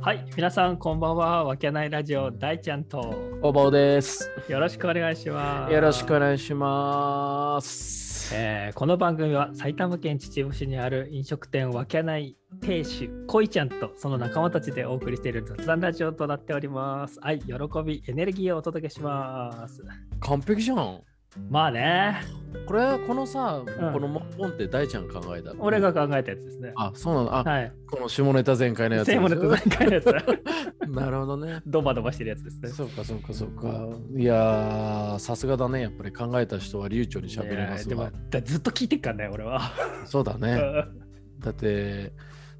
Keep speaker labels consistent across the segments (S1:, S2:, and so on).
S1: はい、皆さんこんばんは。わけないラジオ大ちゃんと
S2: おぼうです。
S1: よろしくお願いします。
S2: よろしくお願いします。
S1: えーこの番組は埼玉県秩父市にある飲食店わけない亭主こいちゃんとその仲間たちでお送りしている雑談ラジオとなっております。愛、喜び、エネルギーをお届けします。
S2: 完璧じゃん。
S1: まあね、
S2: これ、このさ、
S1: ん
S2: この文言って大ちゃん考えたの
S1: 俺が。考えたやつですね。
S2: あ、そうなの。あ、
S1: はい。
S2: この下ネタ全開のやつ。
S1: セーモネと前回のやつ、
S2: なるほどね。
S1: ドバドバしてるやつですね。
S2: そうか、そうか、そうか。いやー、さすがだね。やっぱり考えた人は流暢に喋れます
S1: ねでも
S2: わ。
S1: だずっと聞いてっからね、俺は。
S2: そうだ
S1: う
S2: ね。
S1: ん
S2: だって、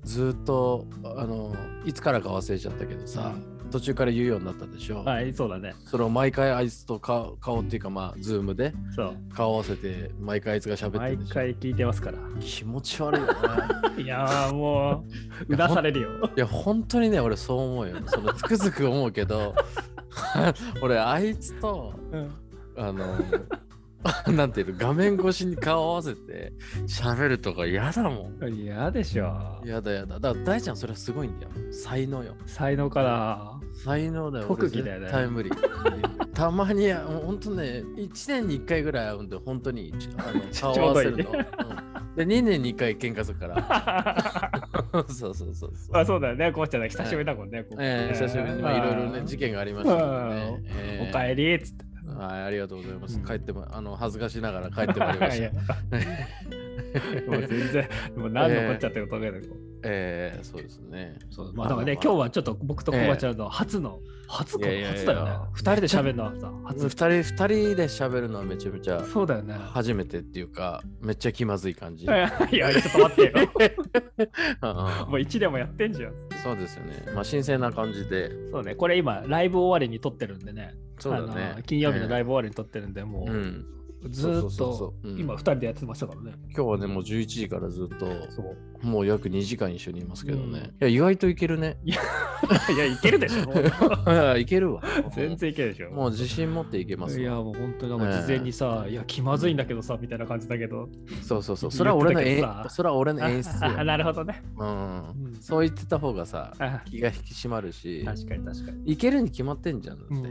S2: ずっと、あの、いつからか忘れちゃったけどさ、途中から言うようになったでしょ。
S1: はい、そうだね。
S2: それを毎回あいつと顔顔っていうか、まあ、ズームで。
S1: そう。
S2: 顔合わせて毎回あいつが喋ってる
S1: 毎
S2: んでしょ
S1: 回聞いてますから。
S2: 気持ち悪いよね
S1: いやーもう、
S2: いうや
S1: だ
S2: ほん
S1: されるよ。
S2: いや本当にね俺そう思うよそのつくづく思うけど 俺あいつとあの なんていうの画面越しに顔合わせて喋るとか嫌だもん
S1: 嫌でしょ。
S2: やだやだだから大ちゃんそれはすごいんだよ才能よ
S1: 才能か な。
S2: 才能だよ
S1: 特技だよね
S2: 俺絶対 無理たまにもう本当ね1年に1回ぐらい会うんで本当にあの顔合わせ る
S1: ちょ
S2: の、うんで2年に1回喧嘩するから そうそうそうそう
S1: あそうだよね、こうちゃんね久しぶりだもんね。こう
S2: ええ久しぶりにまあいろいろね、事件がありましたけどね。ええ
S1: おかえりっつって。
S2: はい、ありがとうございま
S1: う
S2: す。
S1: ん
S2: 帰っても、あの、恥ずかしながら帰ってまいりまし
S1: い
S2: た
S1: や。 もう全然、もう何のこっちゃってことだけど。
S2: ええそうですね。
S1: そうまあだからね、今日はちょっと僕とコバちゃんの初の、初か
S2: いやいやいや
S1: 初だよね。二人で喋るのはさ、
S2: 二
S1: 初。
S2: 人、二人で喋るのはめちゃめちゃ
S1: そうだよね。
S2: 初めてっていうか、めっちゃ気まずい感じ。
S1: いやいや、ちょっと待ってよ。
S2: あ
S1: もう1年もやってんじゃん。
S2: あそうですよね。まあ、新鮮な感じで。
S1: そうね、これ今、ライブ終わりに撮ってるんでね、
S2: そうだ
S1: あの
S2: ね。
S1: 金曜日のラ
S2: イ
S1: イブ終わりに撮ってるんで、も
S2: う
S1: う、
S2: ん。
S1: ずーっ
S2: そうそう
S1: と
S2: そうそううん
S1: 今、2人でやってましたからね。
S2: 今日はね、もう11時からずっと、
S1: そう
S2: もう約2時間一緒にいますけどね。
S1: う
S2: いや、意外といけるね。
S1: いや、いけるでし ょ、もう
S2: いけるわ。
S1: 全然いけるでしょ。
S2: もう自信持っていけますわ
S1: いや、もう本当に、なんか事前にさ、いや、気まずいんだけどさ、みたいな感じだけど。
S2: そうそうそう。それは俺の
S1: 言って
S2: 演
S1: たけどさ
S2: それは俺の演出
S1: あ
S2: よ、
S1: なるほどね。
S2: うん。
S1: うん
S2: そう言ってた方がさ、
S1: あ
S2: 気が引き締まるし、
S1: 確かに確かに。
S2: いけるに決まってんじゃんだって。
S1: うん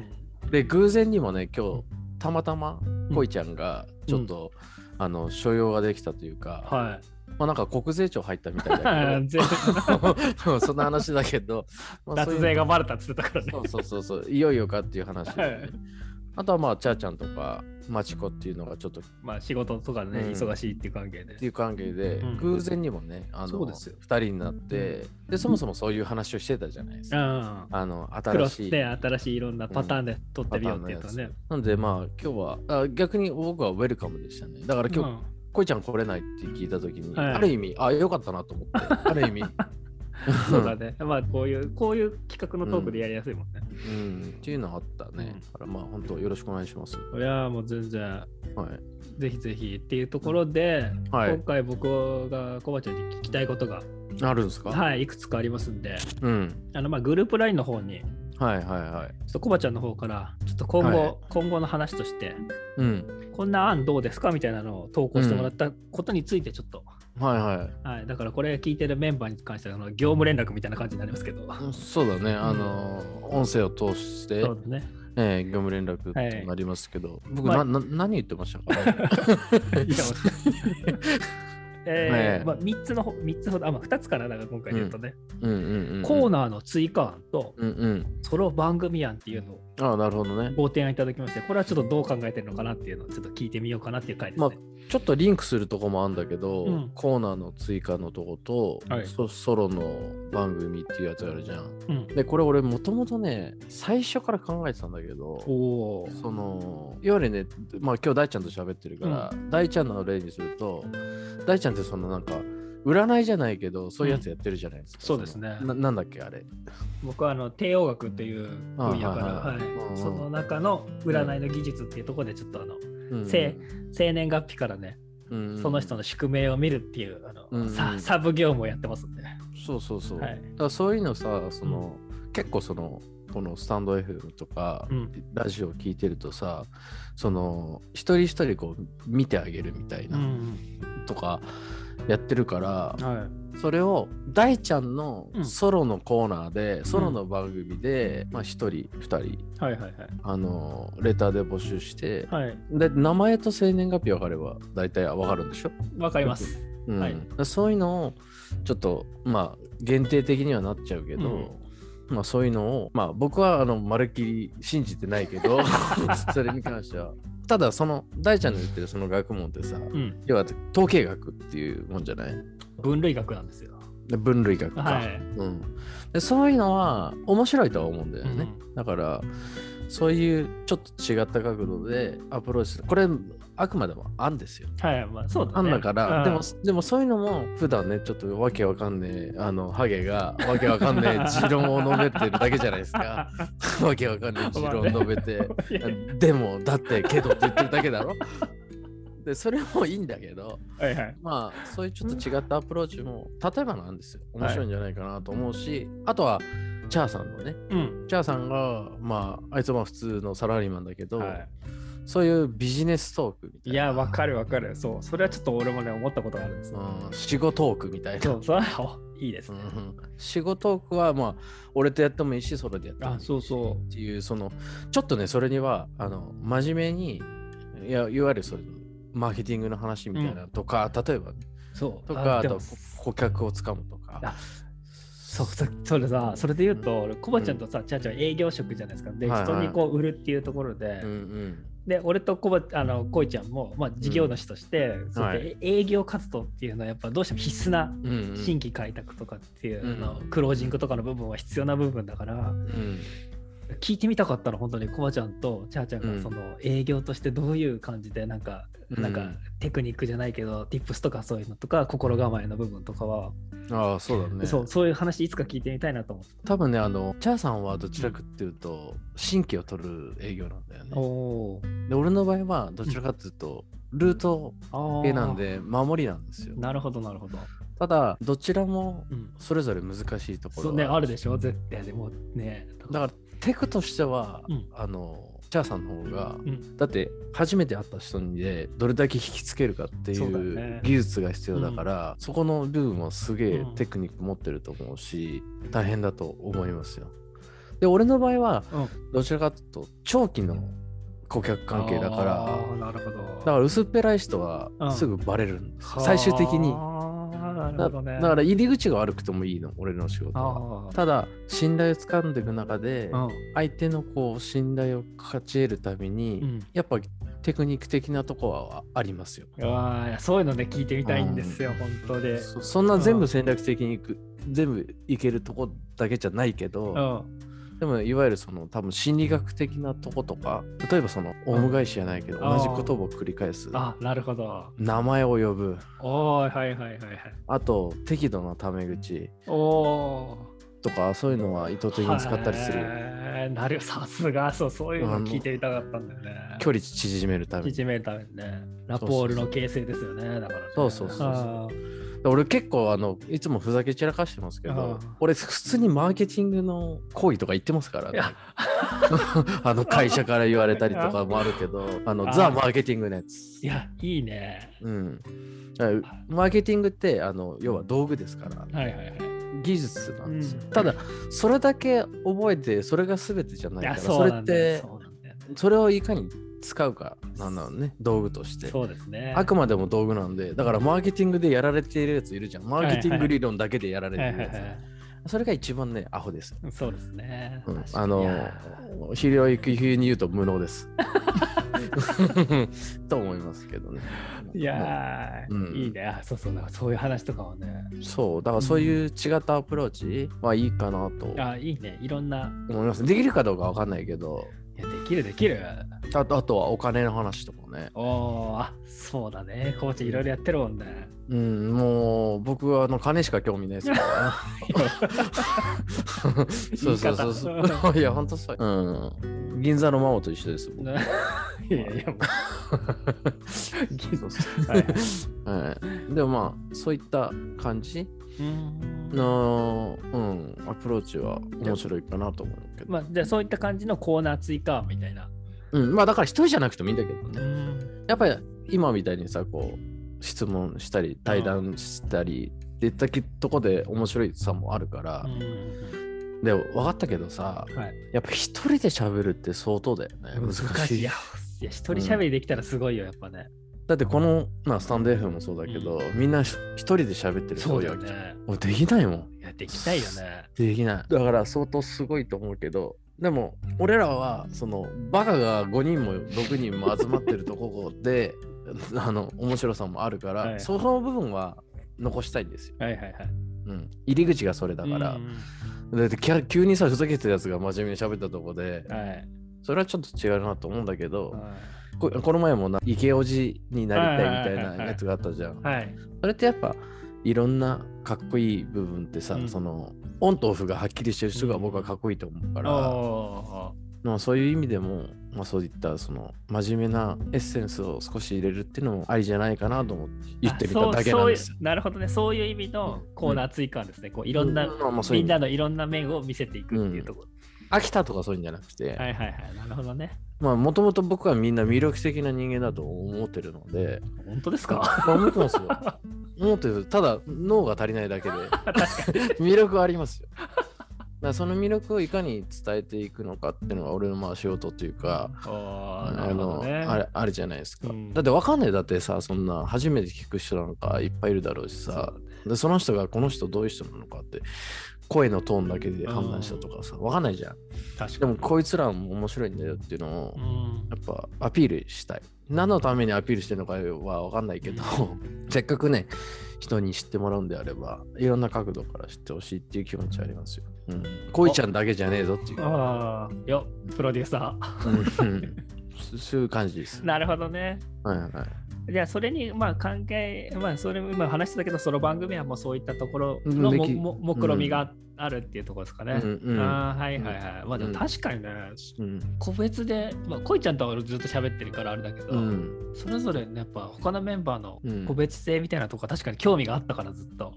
S2: で、偶然にもね、今
S1: う
S2: 日、たまたま、こいちゃんが、ちょっと、あの、所用ができたというか、
S1: は
S2: まあなんか国税庁入ったみたいだ
S1: い。全 然
S2: けど、そんな話だけど、まあそうい
S1: 脱
S2: う
S1: 税がバレたっつってたからね
S2: そ。うそうそうそう、いよいよかっていう話で、
S1: はい
S2: あとはまあ、ちゃーちゃんとか、まちこっていうのがちょっと
S1: まあ、仕事とかね、
S2: うん
S1: 忙しいっていう関係で
S2: って。いう関係で、
S1: うん
S2: 偶然にもねあ
S1: そう
S2: の
S1: で
S2: 二
S1: すよ
S2: 人になって、でそもそもそういう話をしてたじゃないです
S1: う
S2: か、
S1: ん。
S2: あの
S1: 黒
S2: 新しい
S1: で新しいいろんなパターンで撮って
S2: パタ
S1: る
S2: ー
S1: よ
S2: ン
S1: っ
S2: の
S1: ていう
S2: や
S1: と
S2: つ
S1: ね。
S2: なんでまあ今日はあ逆に僕はウェルカムでしたねだから今日、
S1: うん
S2: こいちゃん来れないって聞いた時に、
S1: はい
S2: ある意味あよかったなと思って ある意味
S1: そうだね。まあこういうこういう企画のトークでやりやすいもんね。
S2: うんっていうのはあったね、
S1: うん
S2: だからまあ本当よろしくお願いしますはい
S1: やーもう全然
S2: い
S1: ぜひぜひっていうところで、
S2: はい
S1: 今回僕がコバちゃんに聞きたいことが
S2: あるんですか、
S1: はいいくつかありますんで、
S2: うん
S1: あのまあグループラインの方にちょ
S2: はいはいはい
S1: っとコバちゃんの方からちょっと今後、
S2: はい
S1: 今後の話として
S2: うん
S1: こんな案どうですかみたいなのを投稿してもらったことについてちょっと、
S2: はいはい
S1: はいだからこれ聞いてるメンバーに関してはあの業務連絡みたいな感じになりますけど。
S2: そうだね、あの音声を通して
S1: そうですね。
S2: ええ業務連絡
S1: はい
S2: となりますけど、僕、
S1: まあ
S2: なな何言ってましたか
S1: いやえー
S2: ねえ
S1: まあ、3つのほ三つほど、あまあ、2つかな、だから今回言うとね、
S2: うんうんうんうん。
S1: コーナーの追加案と、
S2: うんうん。
S1: ソロ番組案っていうのを
S2: ああ、なるほどね。
S1: ご提案いただきまして、これはちょっとどう考えてるのかなっていうのをちょっと聞いてみようかなっていう回ですね。
S2: ちょっとリンクするとこもあるんだけど、
S1: うん
S2: コーナーの追加のとこと、
S1: はい
S2: ソソロの番組っていうやつあるじゃん。
S1: うん、
S2: で、これ俺もともとね、最初から考えてたんだけど、
S1: おー
S2: その、いわゆるね、まあ今日大ちゃんと喋ってるから、大ちゃんの例にすると、大ちゃんってそのなんか、占いじゃないけど、そういうやつやってるじゃないですか。
S1: うんそうですね
S2: のななんだっけ、あれ。
S1: 僕はあの帝王学という分野から、
S2: あーは
S1: はい
S2: はいうんうん
S1: その中の占いの技術っていうところで、ちょっとあの
S2: うん
S1: せ生年月日からね、
S2: うん
S1: その人の宿命を見るっていうあの、
S2: うんうん
S1: さサブ業務をやってますんで。
S2: そうそうそう、
S1: はい
S2: だからそういうのさその、結構そのこのスタンド FM とか、
S1: うん
S2: ラジオを聞いてるとさその一人一人こう見てあげるみたいな、
S1: ん
S2: とかやってるから
S1: はい、
S2: それを大ちゃんのソロのコーナーで、ソロの番組で、まあ、1人2人
S1: はいはいはい。
S2: あのレターで募集して、
S1: はい、
S2: で名前と生年月日分かれば大体分かるんでしょ、
S1: わかります。
S2: うん
S1: はい
S2: そういうのをちょっとまあ限定的にはなっちゃうけど、まあ、そういうのを、まあ、僕はあのまるっきり信じてないけ どそれに関してはただその大ちゃんの言ってるその学問ってさ
S1: うん、
S2: 要は統計学っていうもんじゃない
S1: 分類学なんですよ。
S2: で分類学か、
S1: はい。
S2: うん、でそういうのは面白いとは思うんだよね、だからそういうちょっと違った角度でアプローチするこれあくまでも案ですよ
S1: はい、まあ、そうだ、ね。
S2: 案だから、
S1: うん
S2: でもでもそういうのも普段ねちょっとわけわかんねえあのハゲがわけわかんね え持論を述べてるだけじゃないですかわけわかんねえ持論を述べて
S1: いやい
S2: でもだってけどって言ってるだけだろでそれもいいんだけど
S1: やはいはい。
S2: まあそういうちょっと違ったアプローチも例えばなんですよ面白いんじゃないかなと思うし、あとはチャーさんのね
S1: うん。
S2: チャーさんがまああいつは普通のサラリーマンだけど、
S1: は
S2: そういうビジネストークみた
S1: い、
S2: いない
S1: や、わかるわかる。そう。それはちょっと俺もね、思ったことがあるんです。
S2: うん、仕事トークみたいな
S1: そう、 それはおいいです
S2: う
S1: ね。
S2: ん仕事トークはまあ俺とやってもいいしソロでやってもいい
S1: あ、そうそ
S2: っていうそのちょっとねそれにはあの真面目にいやいわゆるそれマーケティングの話みたいなとか、例えばね
S1: う。そう。
S2: とかあ
S1: で
S2: と
S1: も
S2: こ顧客をつかむとか
S1: あそうそそれさ、それで言うと、俺コバちゃんとさ、ちゃんちゃん営業職じゃないですか。で、
S2: はいはい
S1: 人にこう売るっていうところで、
S2: うんうん
S1: で、俺とコバ、あの、コイちゃんも、まあ、事業主として、そうやって営業活動っていうのは、やっぱどうしても必須な
S2: うんうん
S1: 新規開拓とかっていう、
S2: うん
S1: あのクロージングとかの部分は必要な部分だから
S2: うん
S1: 聞いてみたかったの本当にコバちゃんとチャーちゃん
S2: うん
S1: がその営業としてどういう感じでなんか、
S2: うん
S1: なんかテクニックじゃないけど tips とかそういうのとか心構えの部分とかは、
S2: ああそうだね
S1: そうそういう話いつか聞いてみたいなと思って、
S2: 多分ねあのチャーさんはどちらかっていうと新規を取る営業なんだよね
S1: お
S2: で俺の場合はどちらかっていうとルート
S1: お
S2: 系なんで守りなんですよ
S1: なるほどなるほど、
S2: ただどちらも
S1: うん、
S2: それぞれ難しいとこ
S1: そ
S2: ろ
S1: うね
S2: は
S1: あるでしょ絶対でもね
S2: だからテクとしては、
S1: うん
S2: あのチャーさんの方が、
S1: うん
S2: だって初めて会った人にでどれだけ引きつけるかってい
S1: そうだ
S2: う
S1: ね
S2: 技術が必要だからそこの部分はすげえ
S1: うん
S2: テクニック持ってると思うし、大変だと思いますよで俺の場合は
S1: うん
S2: どちらかというと長期の顧客関係だから
S1: あーなるほど
S2: だから薄っぺらい人は
S1: うん
S2: すぐバレるんです、最終的に
S1: あーなる
S2: だ
S1: ほどね
S2: だから入り口が悪くてもいいの俺の仕事は
S1: あー
S2: ただ信頼を掴んでいく中で、
S1: うん
S2: 相手のこう信頼を勝ち得るために、
S1: うん
S2: やっぱテクニック的なとこはありますよ。
S1: ああ、そういうのね、聞いてみたいんですよ、本当で。
S2: そそんな全部戦略的にいく、全部いけるとこだけじゃないけ
S1: う
S2: ど、
S1: ん。
S2: でもいわゆるその多分心理学的なとことか例えばそのオウム返しじゃないけど、
S1: あ
S2: 同じ
S1: ー
S2: 言葉を繰り返す
S1: あ、なるほど。
S2: 名前を呼ぶ
S1: おーい、はいはいはいはい。
S2: あと適度なタメ口
S1: おお。
S2: とかそういうのは意図的に使ったりする
S1: へーなるさすが、そう、そういう
S2: あ
S1: の
S2: の
S1: 聞いてみたかったんだよね。
S2: 距離縮めるために
S1: 縮めるためにね、ラポールの形成ですよね、だからね、
S2: そうそうそうそう
S1: あ
S2: 俺結構あのいつもふざけ散らかしてますけ
S1: う
S2: ど
S1: ん
S2: 俺普通にマーケティングの行為とか言ってますから
S1: ーい
S2: ね
S1: や
S2: あの会社から言われたりとかもある けどあの
S1: あ
S2: ザ・マーケティングのやつ
S1: いや、いいね。
S2: うんだからマーケティングってあの要は道具ですから
S1: はいはいはい。
S2: 技術なんですよ、
S1: うん
S2: ただそれだけ覚えてそれが全てじゃない
S1: い
S2: から
S1: や、
S2: そ
S1: そう
S2: れ
S1: な
S2: っ
S1: んだよ。
S2: て
S1: そうなんだよ
S2: それをいかに使うかなんだろうね道具として
S1: そうですね。
S2: あくまでも道具なんでだからマーケティングでやられているやついるじゃんマーケティング理論だけでやられて
S1: はい
S2: る
S1: はい
S2: やつ、それが一番ねアホです、
S1: はい。そうですね。
S2: うん
S1: 確かに
S2: あ
S1: い
S2: の
S1: や
S2: 広い風に言うと無能です と思いますけどね
S1: いやー、
S2: うん
S1: いいね。あそうそう、なんかそういう話とかもね。
S2: そうだからそういう違ったアプローチはいいかなと
S1: あいいね。いろんな。
S2: 思いますできるかどうかわかんないけど
S1: いや、できるできる。
S2: あとあとはお金の話とかね
S1: おお、あそうだね。コーチいろいろやってるもんね。
S2: うんもう僕はあの金しか興味ないですから そうそうそう
S1: 言い
S2: そういやほんとそう、うん、銀座のママと一緒です僕
S1: いやいや、も
S2: そうそう
S1: う。はいはい、
S2: はい、でもまあそういった感じ
S1: うん
S2: の、うん、アプローチは面白いかなと思うけど、
S1: まあ、じゃあそういった感じのコーナー追加みたいな。
S2: うん、まあだから一人じゃなくてもいいんだけどね
S1: ん。
S2: やっぱり今みたいにさこう質問したり対談したりっていったきとこで面白いさもあるから、
S1: うん
S2: でも分かったけどさ、
S1: はい
S2: やっぱ一人で喋るって相当だよね難しい
S1: いやいや一人喋りできたらすごいよやっぱね、
S2: だってこの、まあ、スタンド F もそうだけど、みんな一人で喋ってる人
S1: そう
S2: 多い
S1: だ
S2: わ
S1: よ
S2: けじゃん
S1: ね
S2: 俺できないもん
S1: いやできたいよね
S2: できないだから相当すごいと思うけどでも俺らはそのバカが5人も6人も集まってるところで あの面白さもあるから、
S1: はい
S2: その部分は残したいんですよ、
S1: はいはいはい
S2: うん、入り口がそれだから
S1: うん、
S2: だってキャラ急にさふざけてたやつが真面目に喋ったとこで
S1: はい
S2: それはちょっと違うなと思うんだけど、
S1: はい
S2: ここの前もなイケオジになりたいみ
S1: はいはいは
S2: た
S1: いいは
S2: ないやつがあったじゃん、
S1: はい。
S2: それってやっぱいろんなかっこいい部分ってさ、
S1: うん
S2: そのオンとオフがはっきりしてる人が僕はかっこいいと思うから、
S1: お
S2: まあ、そういう意味でも、まあ、そういったその真面目なエッセンスを少し入れるっていうのもありじゃないかなと思って言ってみただけなんですよ。
S1: なるほどね。そういう意味のコーナー追加ですね。こうい
S2: い
S1: ろんな、みんな
S2: の
S1: のいろんな面を見せていくっていうところ。
S2: 飽きたとかそういうんじゃなく
S1: は
S2: て、
S1: いはいはい。なるほどね。
S2: まあもともと僕はみんな魅力的な人間だと思ってるので、
S1: 本当ですか
S2: まあ思ってますよ。思ってる。ただ脳が足りないだけで。
S1: 確かに。
S2: 魅力はありますよ。だからその魅力をいかに伝えていくのかっていうのが俺のまあ仕事というか、
S1: おー
S2: あ
S1: なるほど
S2: の
S1: ね。
S2: あれあれじゃないですか。
S1: うん
S2: だってわかんないだってさそんな初めて聞く人なんかいっぱいいるだろうしさでその人がこの人どういう人なのかって声のトーンだけで判断したとかさわかんないじゃん。
S1: 確
S2: で
S1: かに。
S2: もこいつらも面白いんだよっていうのを
S1: うん
S2: やっぱアピールしたい。何のためにアピールしてるのかは分かんないけど、せっかくね、人に知ってもらうんであれば、いろんな角度から知ってほしいっていう気持ちはありますよ。うん。恋ちゃんだけじゃねえぞっていう。
S1: ああ、よ、プロデュー サ
S2: うん そそういう感じです
S1: ー。。なるほどね。
S2: はいはい。
S1: じゃあ、それに、まあ、関係、まあ、それも今話したけど、その番組はもうそういったところの
S2: うん
S1: も、
S2: でき
S1: も、目論みがあるっていうところですかね。
S2: うんうん
S1: ああ、はいはいはい。まあ、でも確かにね、
S2: うん。
S1: 個別で、まあ、こいちゃんとは俺ずっと喋ってるからあれだけど、
S2: うん。
S1: それぞれねやっぱ他のメンバーの
S2: うん
S1: 個別性みたいなとこは確かに興味があったからずっと。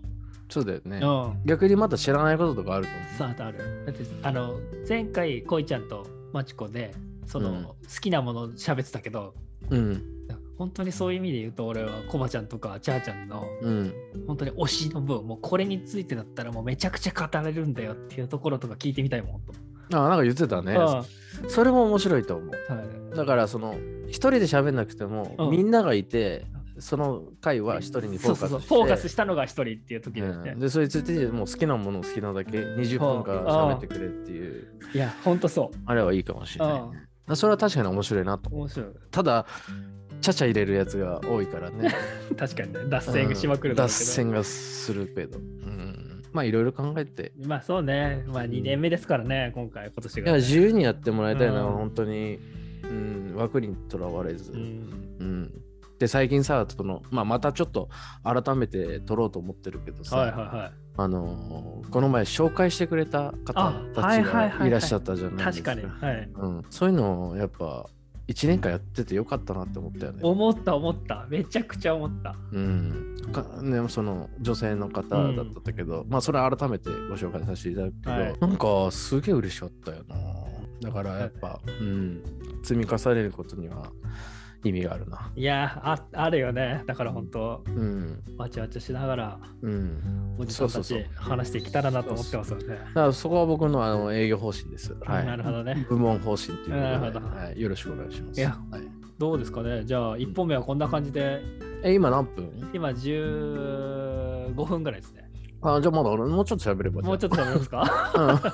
S2: そうだよね
S1: う。ん。
S2: 逆にまだ知らないこととかあると
S1: さあある。だってあの前回こいちゃんとまちこでその、
S2: うん
S1: 好きなもの喋ってたけど
S2: 思う。うん。
S1: 本当にそういう意味で言うと俺はコバちゃんとかチャーちゃんの
S2: うん。
S1: 本当に推しの部分もうこれについてだったらもうめちゃくちゃ語れるんだよっていうところとか聞いてみたいもん。本
S2: あなんか言ってた
S1: 当
S2: ね。それも面白いと思う。
S1: うんはい
S2: だからその一人で喋んなくても、
S1: うん
S2: みんながいてその回は一人にフ
S1: そ
S2: ォーカスして
S1: うそうそうフォーカスしたのが一人っていう時ですね。
S2: うん、でそれについてもう好きなものを好きなだけ20分間喋ってくれっていう
S1: いや本当そ
S2: あれはいいかもしれないね、
S1: うん
S2: だからそれは確かに面白いなと
S1: う。面白い。
S2: ただちゃちゃ入れるやつが多いからね
S1: 確かにね脱線しまくる
S2: うん
S1: だろ う
S2: 脱
S1: けど
S2: 線がするけど、うん、まあいろいろ考えて
S1: まあそうねまあ2年目ですからね今回今年
S2: い
S1: が、
S2: や自由にやってもらいたいのは
S1: うん
S2: 本当に、うん、枠にとらわれず、
S1: うん
S2: うん、で最近さその、まあ、またちょっと改めて撮ろうと思ってるけどさ、
S1: はいはいは
S2: あのーこの前紹介してくれた方
S1: あ
S2: た
S1: はい
S2: ち
S1: はいはいは
S2: が
S1: い
S2: いらっしゃったじゃない
S1: い
S2: です
S1: 確かに、はい、
S2: うん、そういうのをやっぱ1年間やっててよかったなって思ったよね。
S1: 思った思っためちゃくちゃ思った
S2: うん、かねその女性の方だったんだけど、まあそれは改めてご紹介させていただくけど、
S1: はい
S2: なんかすげえ嬉しかったよな。だからやっぱ、うん、積み重ねることには意味があるな。
S1: いやああるよねだから本当
S2: うん、
S1: わちゃわちゃしながら
S2: うん
S1: おじさん
S2: そ
S1: た
S2: うそう
S1: ち
S2: そう
S1: 話していけたらなと思ってますよね
S2: だからそこは僕のあの営業方針です。はい。
S1: なるほどね
S2: 部門方針っていうことで
S1: なるほど
S2: はい、よろしくお願いします。
S1: いや
S2: はい
S1: どうですかねじゃあ1本目はこんな感じで
S2: え、今何分
S1: 今15分ぐらいですね
S2: あ、じゃあまだ俺もうちょっと喋れば
S1: もうち
S2: ょ
S1: ょっと食べますか、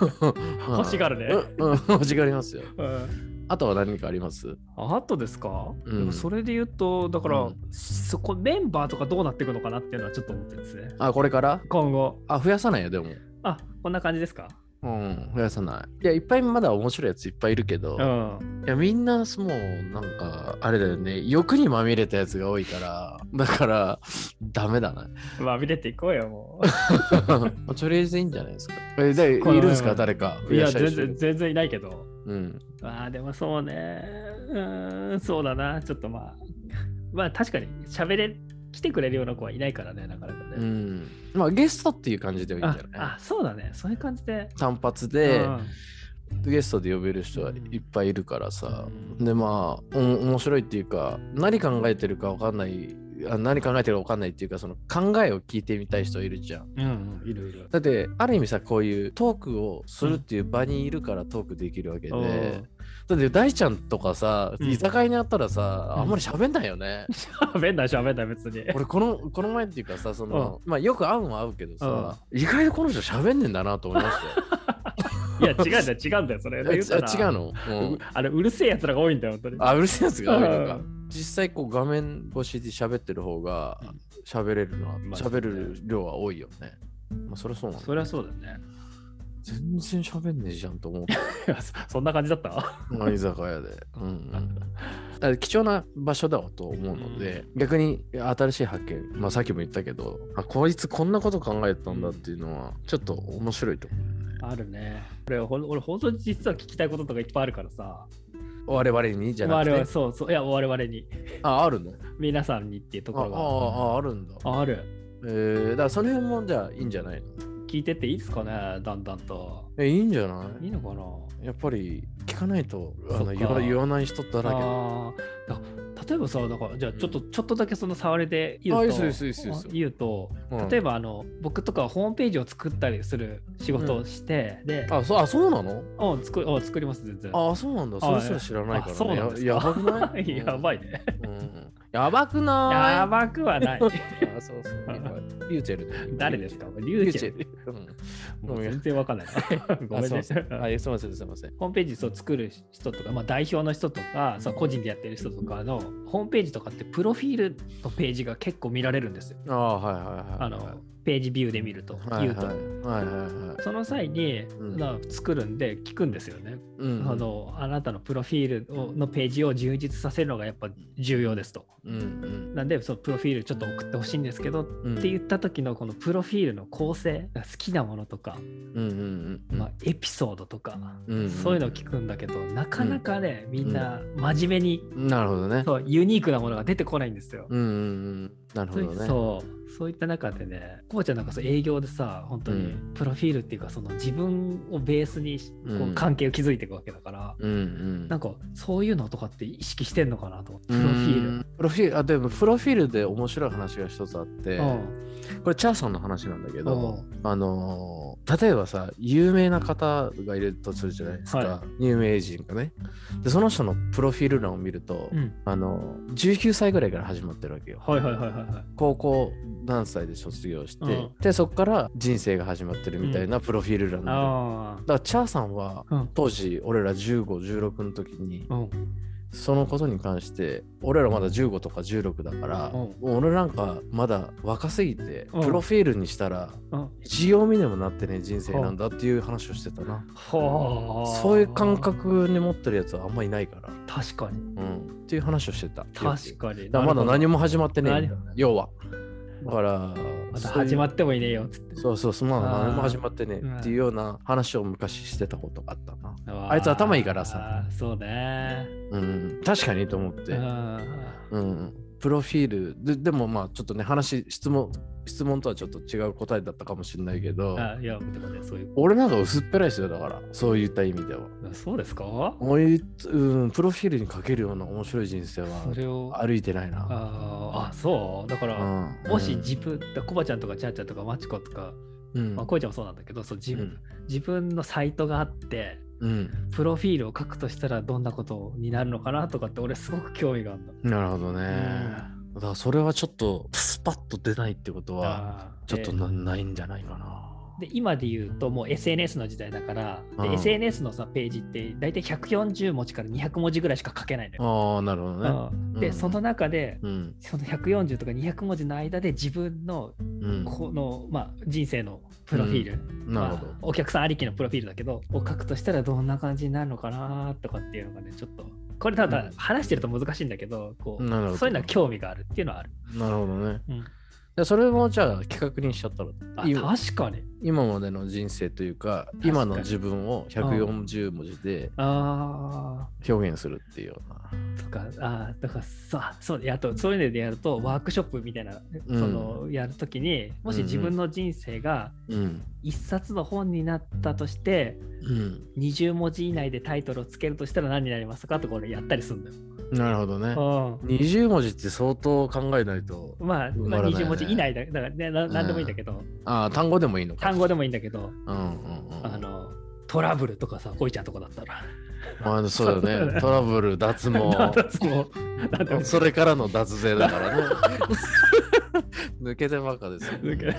S2: っと。
S1: 欲しがるね
S2: うん。うん、欲しがりますよ。
S1: うん
S2: あとは何かあります
S1: あとですか、
S2: うん
S1: でもそれで言うと、だから、
S2: うん
S1: そこメンバーとかどうなっていくのかなっていうのはちょっと思ってるんですね。
S2: あ、これから
S1: 今後。
S2: あ、増やさないよ、でも。
S1: あこんな感じですか
S2: うん、増やさない。いや、いっぱいまだ面白いやついっぱいいるけど、
S1: う
S2: い
S1: ん。
S2: や、みんな、もう、なんか、あれだよね、欲にまみれたやつが多いから、だから、ダメだな。
S1: まあ、見れていこうよ、も
S2: とりあえずいいんじゃないですか。え、で、い
S1: この
S2: るんですか誰か。
S1: う。いや、
S2: らっしゃる
S1: 全
S2: 人
S1: 然、全然いないけど。
S2: うん。
S1: まあ、でもそうね。うーん、そうだな。ちょっとまあ、まあ、確かに、喋れ、来てくれるような子はいないからね、なかなか
S2: う
S1: ね。
S2: ん。まあ、ゲストっていう感じでもいいん
S1: あ
S2: じゃない
S1: あ、そうだね。そういう感じで。
S2: 単発
S1: う
S2: で、
S1: ん
S2: ゲストで呼べる人はいっぱいいるからさ。
S1: うん
S2: で、まあ、お面白いっていうか、何考えてるか分かんないあ何考えてるか分かんないっていうかその考えを聞いてみたい人いるじゃん。
S1: うん、いろいろ。
S2: だってある意味さこういうトークをするっていう場にいるからトークできるわけで、
S1: お ー
S2: だって大ちゃんとかさ
S1: うん
S2: 居酒屋にあったらさ、
S1: うん
S2: あんまり喋んないよね。
S1: 喋んない、喋んない、別に。
S2: 俺このこの前っていうかさその、まあ、よく会うんは会うけどさ、意外とこの人喋んねんだなと思いましたよ。
S1: いや、違うんだよ、違うんだよ、それ。
S2: あ
S1: 言たら
S2: 違うの、うん
S1: うあれ、うるせえやつらが多いんだよ、本当に。
S2: あうるせえやつが多いのか
S1: う
S2: 実際こう画面越しで喋ってる方が
S1: うん
S2: 喋れるのは
S1: まあ
S2: 喋れる量は多いよね。まあそりゃそうなんだ。
S1: そりゃそうだよね。
S2: 全然喋んねえじゃんと 思う。
S1: いやそそんな感じだった
S2: 居酒屋で。うんうん、だから貴重な場所だわと思うので、逆に新しい発見、まあさっきも言ったけど、あこいつこんなこと考えてたんだっていうのはちょっと面白いと思う。
S1: あるね。俺、ほん俺、本当に実は聞きたいこととかいっぱいあるからさ。
S2: 我々にじゃなく
S1: 我々、
S2: て。
S1: そうそう、いや、我々に、
S2: あ、あるの
S1: 皆さんにっていうと
S2: あ
S1: こ
S2: あ
S1: ろが
S2: あ、あるんだ。
S1: ある。
S2: えー、だからその辺もじゃあいいんじゃないの
S1: 聞いてっていいですかね、だんだんと。
S2: え、いいんじゃない
S1: いいのかな
S2: やっぱり聞かないとあ
S1: そっ
S2: の
S1: か
S2: 言わ言わない人だらけだ。
S1: あーだ例えばさだからじゃあちょっと、ちょっとだけその触りで言
S2: あいういっ
S1: と
S2: すよいいっすよいいっすよいいっすよ
S1: 言うと
S2: うん
S1: 例えばあの僕とかはホームページを作ったりする仕事をして、で
S2: あそうあそうなの
S1: うん作うん作ります全然
S2: あそうなんだ。それすら知らないから、ね。
S1: あそうなんですか
S2: ややばくない
S1: やばいね
S2: うんうんやばくない
S1: やばくはない
S2: あそうそう。今リューチェルだよ。今
S1: 誰ですか
S2: リ
S1: リ
S2: ュ
S1: ュ
S2: ー
S1: ー
S2: チ
S1: チ
S2: ェ
S1: ェ
S2: ル。うん
S1: もう全然わかんないご
S2: あ
S1: めん
S2: すい
S1: ね
S2: ま せん。はい、すみません、すみません。
S1: ホームページそう作る人とか、まあ、代表の人とかそう個人でやってる人とかのホームページとかってプロフィールのページが結構見られるんですよ
S2: ああ、はいはいはい。
S1: あ
S2: は
S1: のページビューで見ると
S2: い
S1: 言うと。
S2: はいはいはいはい。
S1: その際に、
S2: うん
S1: まあ作るんで聞くんですよね、
S2: うん
S1: あ。の。あなたのプロフィールをのページを充実させるのがやっぱ重要ですと。
S2: うん
S1: なんでそのプロフィールちょっと送ってほしいんですけど、
S2: うん。
S1: って言った時のこのプロフィールの構成好きなものとか、
S2: うんうんうんうん。
S1: まあ、エピソードとか、
S2: うん
S1: そういうのを聞くんだけどなかなかね、みんな真面目に、
S2: なるほどね。
S1: そうユニークなものが出てこないんですよ。
S2: うんうんうん。なるほ
S1: そう
S2: どね。
S1: そうそういった中でねこうちゃんなんかそう営業でさ本当に
S2: う
S1: プロフィールっていうかその自分をベースにしこ
S2: うん
S1: う関係を築いていくわけだから、
S2: うんうん。
S1: なんかそういうのとかって意識してんのかなと思ってプロ
S2: プロ
S1: フ
S2: フ
S1: ィ
S2: ィ
S1: ー
S2: ー
S1: ル
S2: ル。プロフィール、あ、でもプロフィールで面白い話が一つあって、
S1: うん
S2: これ、チャーさんの話なんだけど
S1: う、
S2: あのー、例えばさ、有名な方がいるとするじゃないですか、
S1: は
S2: 有名人がね。で、その人のプロフィール欄を見ると、
S1: うん
S2: あのー、19歳ぐらいから始まってるわけよ。
S1: はいはいはいはいはい
S2: 高校何歳で卒業して、
S1: うん
S2: で、そこから人生が始まってるみたいなプロフィール欄なんだよ
S1: あ
S2: だから、チャーさんは、
S1: あうん
S2: 当時、俺ら15、16の時に、
S1: うん
S2: そのことに関して俺らまだ15とか16だから、俺なんかまだ若すぎて、
S1: うん
S2: プロフィールにしたら
S1: うん
S2: 一行目でもなってねえ人生なんだっていう話をしてたな、
S1: はあ
S2: そういう感覚に持ってるやつはあんまいないから、
S1: 確かに
S2: うん、っていう話をしてた
S1: 確かに
S2: だからまだ何
S1: も
S2: も始まってねえんだよ要はだから
S1: まだ始ま
S2: っ
S1: ってもいねえよっつって
S2: そうそうそんなの何も始まってね
S1: あー
S2: えっていうような話を昔してたことがあったな、あいつ頭いいからさ
S1: あーそうね
S2: うん、確かにと思って、
S1: うん
S2: うん、プロフィールででもまあちょっとね話質問質問とはちょっと違う答えだったかもしれないけど
S1: あいやでもねそういう
S2: 俺なんか薄っぺらい人だからそういった意味では
S1: そうですか
S2: こういう、うん、プロフィールにかけるような面白い人
S1: そ
S2: 生は
S1: れを
S2: 歩いてないな、
S1: あーあそうだか
S2: う
S1: ら、
S2: ん、
S1: もし自分だコバちゃんとかチャーちゃんとかマチコとか、
S2: うん
S1: まあ、コイちゃんもそうなんだけどそう自
S2: う
S1: 分,、
S2: ん
S1: 自分のサイトがあって
S2: うん
S1: プロフィールを書くとしたらどんなことになるのかなとかって俺すごく興味があるんだ。
S2: なるほどね、
S1: うん
S2: だからそれはちょっとスパッと出ないってことは
S1: あー
S2: ちょっと
S1: で
S2: な,、ないんじゃないかな
S1: で今で言うともう SNS の時代だから、で
S2: うん
S1: SNS のさページって大体140文字から200文字ぐらいしか書けないのよ。
S2: ああなるほどね
S1: うんで、
S2: うん
S1: その中で
S2: うん
S1: その140とか200文字の間で自分の
S2: うん
S1: この、まあ、人生のプロフィール、
S2: なる
S1: ま
S2: ほ
S1: あ
S2: ど
S1: お客さんありきのプロフィールだけどを書くとしたらどんな感じになるのかなとかっていうのがねちょっとこれた
S2: うん
S1: だ話してると難しいんだけどこう
S2: なるほど
S1: そういうのは興味があるっていうのはある、
S2: なるほどね
S1: うん
S2: でそれもじゃあ企画にしちゃったら
S1: あ
S2: いい
S1: 確かに
S2: 今までの人生という
S1: か
S2: か
S1: に
S2: 今の自分を140文字で
S1: あ
S2: 表現するっていうような。
S1: ーとかあーだからさそうであとそういうのでやるとワークショップみたいな、
S2: うん
S1: そのやるときにもし自分の人生が
S2: うん
S1: 一冊の本になったとして、20文字以内でタイトルをつけるとしたら何になりますかとか俺やったりするんだよ。
S2: なるほどね
S1: う。ん
S2: 20文字って相当考えないと。
S1: まあ、まあ、
S2: 埋まらないね
S1: 20文字以内だだからねななんでもいいんだけど、
S2: ああ、単語でもいいのか。
S1: 単語でもいいんだけど、
S2: うんうんうん。
S1: あのトラブルとかさこいちゃんとこだったら
S2: まあ、そう だよね。トラブル、脱
S1: なん
S2: 毛。
S1: だそのなんだ
S2: それからの脱税だからね。 抜けてばっかですよ、
S1: 続け
S2: ね。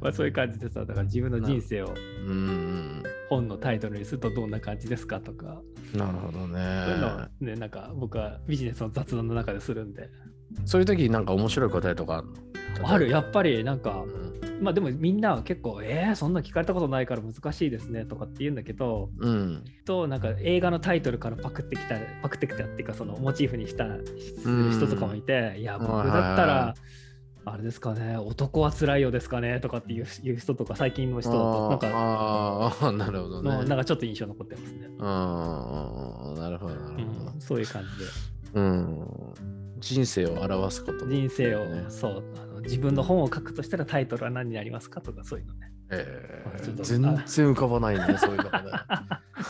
S1: まあそういう感じでさだから自分の人生を
S2: うん
S1: 本のタイトルにするとどんな感じですかとか、
S2: うん。なるほど
S1: そういうのを
S2: ね。
S1: ねなんか僕はビジネスの雑談の中でするんで
S2: そういう時なんか面白い答えとかあるの
S1: あるやっぱりなんか
S2: うん
S1: まあでもみんなは結構「えー、そんな聞かれたことないから難しいですね」とかって言うんだけど
S2: うん。
S1: となんか映画のタイトルからパクってきたパクってきたっていうかそのモチーフにしたする人とかもいて、いや僕
S2: はいはいはい
S1: だったらあれですかね男は辛いよですかねとかっていういう人とか最近の人だとなんか
S2: あーあー、 なるほど
S1: の
S2: ね。
S1: なんかちょっと印象残ってますね、
S2: うんなるほど、な
S1: う
S2: るほど
S1: ん、そういう感じで。
S2: うん。人生を表すこと。
S1: 人生を、
S2: ね
S1: そうあの自分の本を書くとしたらタイトルは何になりますかとかそういうのね。
S2: えー
S1: ちょっと
S2: 全然浮かばない ね、そういうのがね。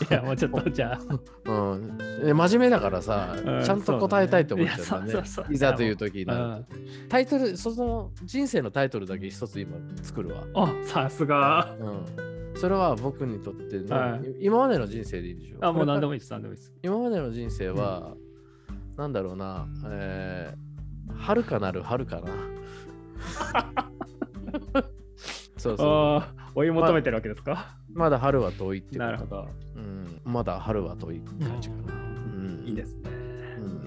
S1: いやもうちょっとじゃあ
S2: うん、え真面目だからさ、
S1: うん
S2: ちゃんと答えたいと思っちゃうん
S1: そ
S2: だ
S1: うだねいやそう
S2: ね
S1: そうそう
S2: いざという時に
S1: う
S2: なる
S1: ん
S2: とタイトルその人生のタイトルだけ一つ今作るわ、
S1: あさす が
S2: うん、それは僕にとっての、
S1: はい
S2: 今までの人生でいいでしょ
S1: あもう何で
S2: こ
S1: もいいです何でもいいです。
S2: れから今までの人生は、なんだろうなえー、遥かなる遥か なそうそう
S1: ああ追い求めてるわけですか、
S2: まだ春は遠いっていうこ
S1: な
S2: と
S1: るほど。
S2: うん、まだ春は遠い感じかな、うん
S1: いいですね。
S2: うん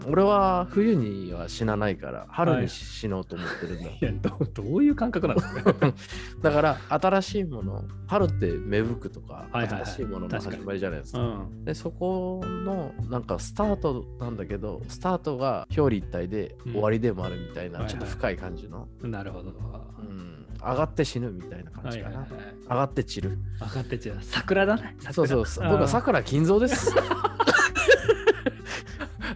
S2: 俺は冬には死なないから春
S1: は
S2: に
S1: い
S2: 死のうと思ってるんだ、
S1: いやどどういう感覚なんですか
S2: だから新しいもの春って芽吹くとか、
S1: はいはいはい
S2: 新しいものの始まりじゃないです
S1: う
S2: か
S1: ん
S2: でそこのなんかスタートなんだけどスタートが表裏一体で
S1: うん
S2: 終わりでもあるみたいな、
S1: はいはい
S2: ちょっと深い感じの、
S1: なるほど。
S2: うん、上がって死ぬみたいな感
S1: は
S2: じ
S1: い
S2: か
S1: はい
S2: な、
S1: はい。
S2: 上がって散る
S1: 分かってちゃう。桜だね。桜
S2: そうそうそう 僕はさくら金蔵です
S1: うん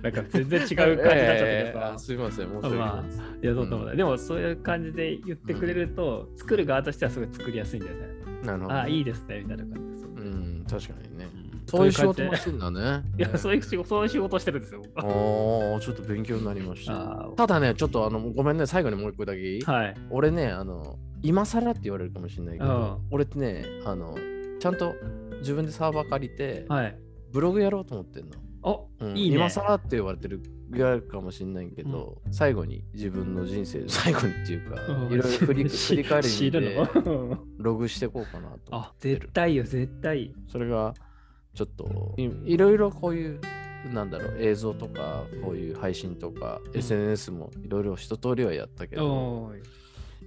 S1: なんか全然違う感じになっちゃったけど
S2: ええあ
S1: さ。
S2: すいません申し訳ないです、
S1: いやそうともない。でもそういう感じで言ってくれると、作る側としてはすごい作りやすいんだよね。
S2: なるほど
S1: あいいですねみたいな感じです。
S2: うん確かにね
S1: そ
S2: そう
S1: い
S2: ういうう
S1: 仕
S2: 仕
S1: 事
S2: 事
S1: も
S2: もしてんだね。
S1: いやそういう仕事そういう仕事をしてるんですよ。僕は
S2: おーちょっと勉強になりまし
S1: あ
S2: た
S1: ー。
S2: ただね、ちょっとあのごめんね、最後にもう一個だけいい、
S1: はい。
S2: 俺ね、あの今更って言われるかもしれないけど、
S1: う
S2: 俺ってねあの、ちゃんと自分でサーバー借りて、
S1: はい。
S2: ブログやろうと思ってんの。
S1: お
S2: うん
S1: いいね
S2: 今更って言われてる。言われるかもしれないけど、最後に自分の 人生最後にっていうか、
S1: うん
S2: いろいろ振 り振り返り
S1: 知
S2: 見
S1: る
S2: て
S1: の
S2: ログしていこうかなと思
S1: あ
S2: って
S1: 絶
S2: る。
S1: 対よ絶対。
S2: それがちょっといいろいろこういうなんだろう映像とかこういう配信とか、
S1: ん
S2: SNS もいろいろ一通りはやったけど、
S1: おーい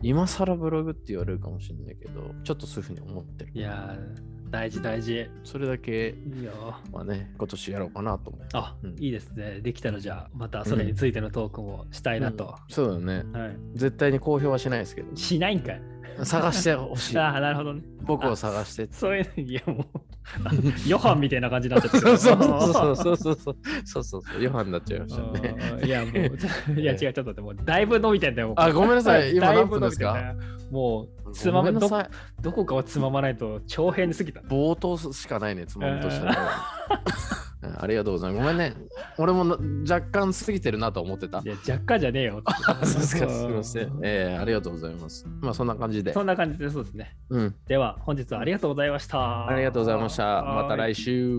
S2: 今更ブログって言われるかもしれないけどちょっとそういうふうに思ってる
S1: いやー大事大事。
S2: それだけ
S1: いいよ。
S2: はね今年やろうかなと思って
S1: あ、
S2: うん
S1: いいですね。できたらじゃあまたそれについてのトークもしたいなと。
S2: そうだね
S1: はい、
S2: 絶対に公表はしないですけど
S1: しないんかい。
S2: 探してほしい
S1: ああ、なるほどね。
S2: 僕を探して
S1: そういう、いやもう、 あのヨハンみたいな感じになっちゃってる
S2: そうそうそうそうそうそうそうそうそうヨハンになっちゃいましたね
S1: あーいや、もうち ょ、いや、違う、ちょっと待って、もう、だいぶ伸びてんだよ。もう
S2: あごめんなさい今
S1: だい
S2: 何
S1: ぶ
S2: 分
S1: 伸
S2: で
S1: び
S2: す
S1: てんだ
S2: か
S1: よもう、つま
S2: ご
S1: め
S2: めんな
S1: ど
S2: さい
S1: どこかをつままないと、長編に過ぎた。
S2: 冒頭しかないね、つまみとしたら。うんありがとうございます。ごめんね。俺もな若干過ぎてるなと思ってた
S1: い。や、若干じゃねえよ。
S2: そうですか、すみません。ええありがとうございます。まあそんな感じで
S1: そ。んな感じで、そうですね。
S2: うん。
S1: では、本日はありがとうございました。
S2: ありがとうございました。
S1: はー
S2: また来週。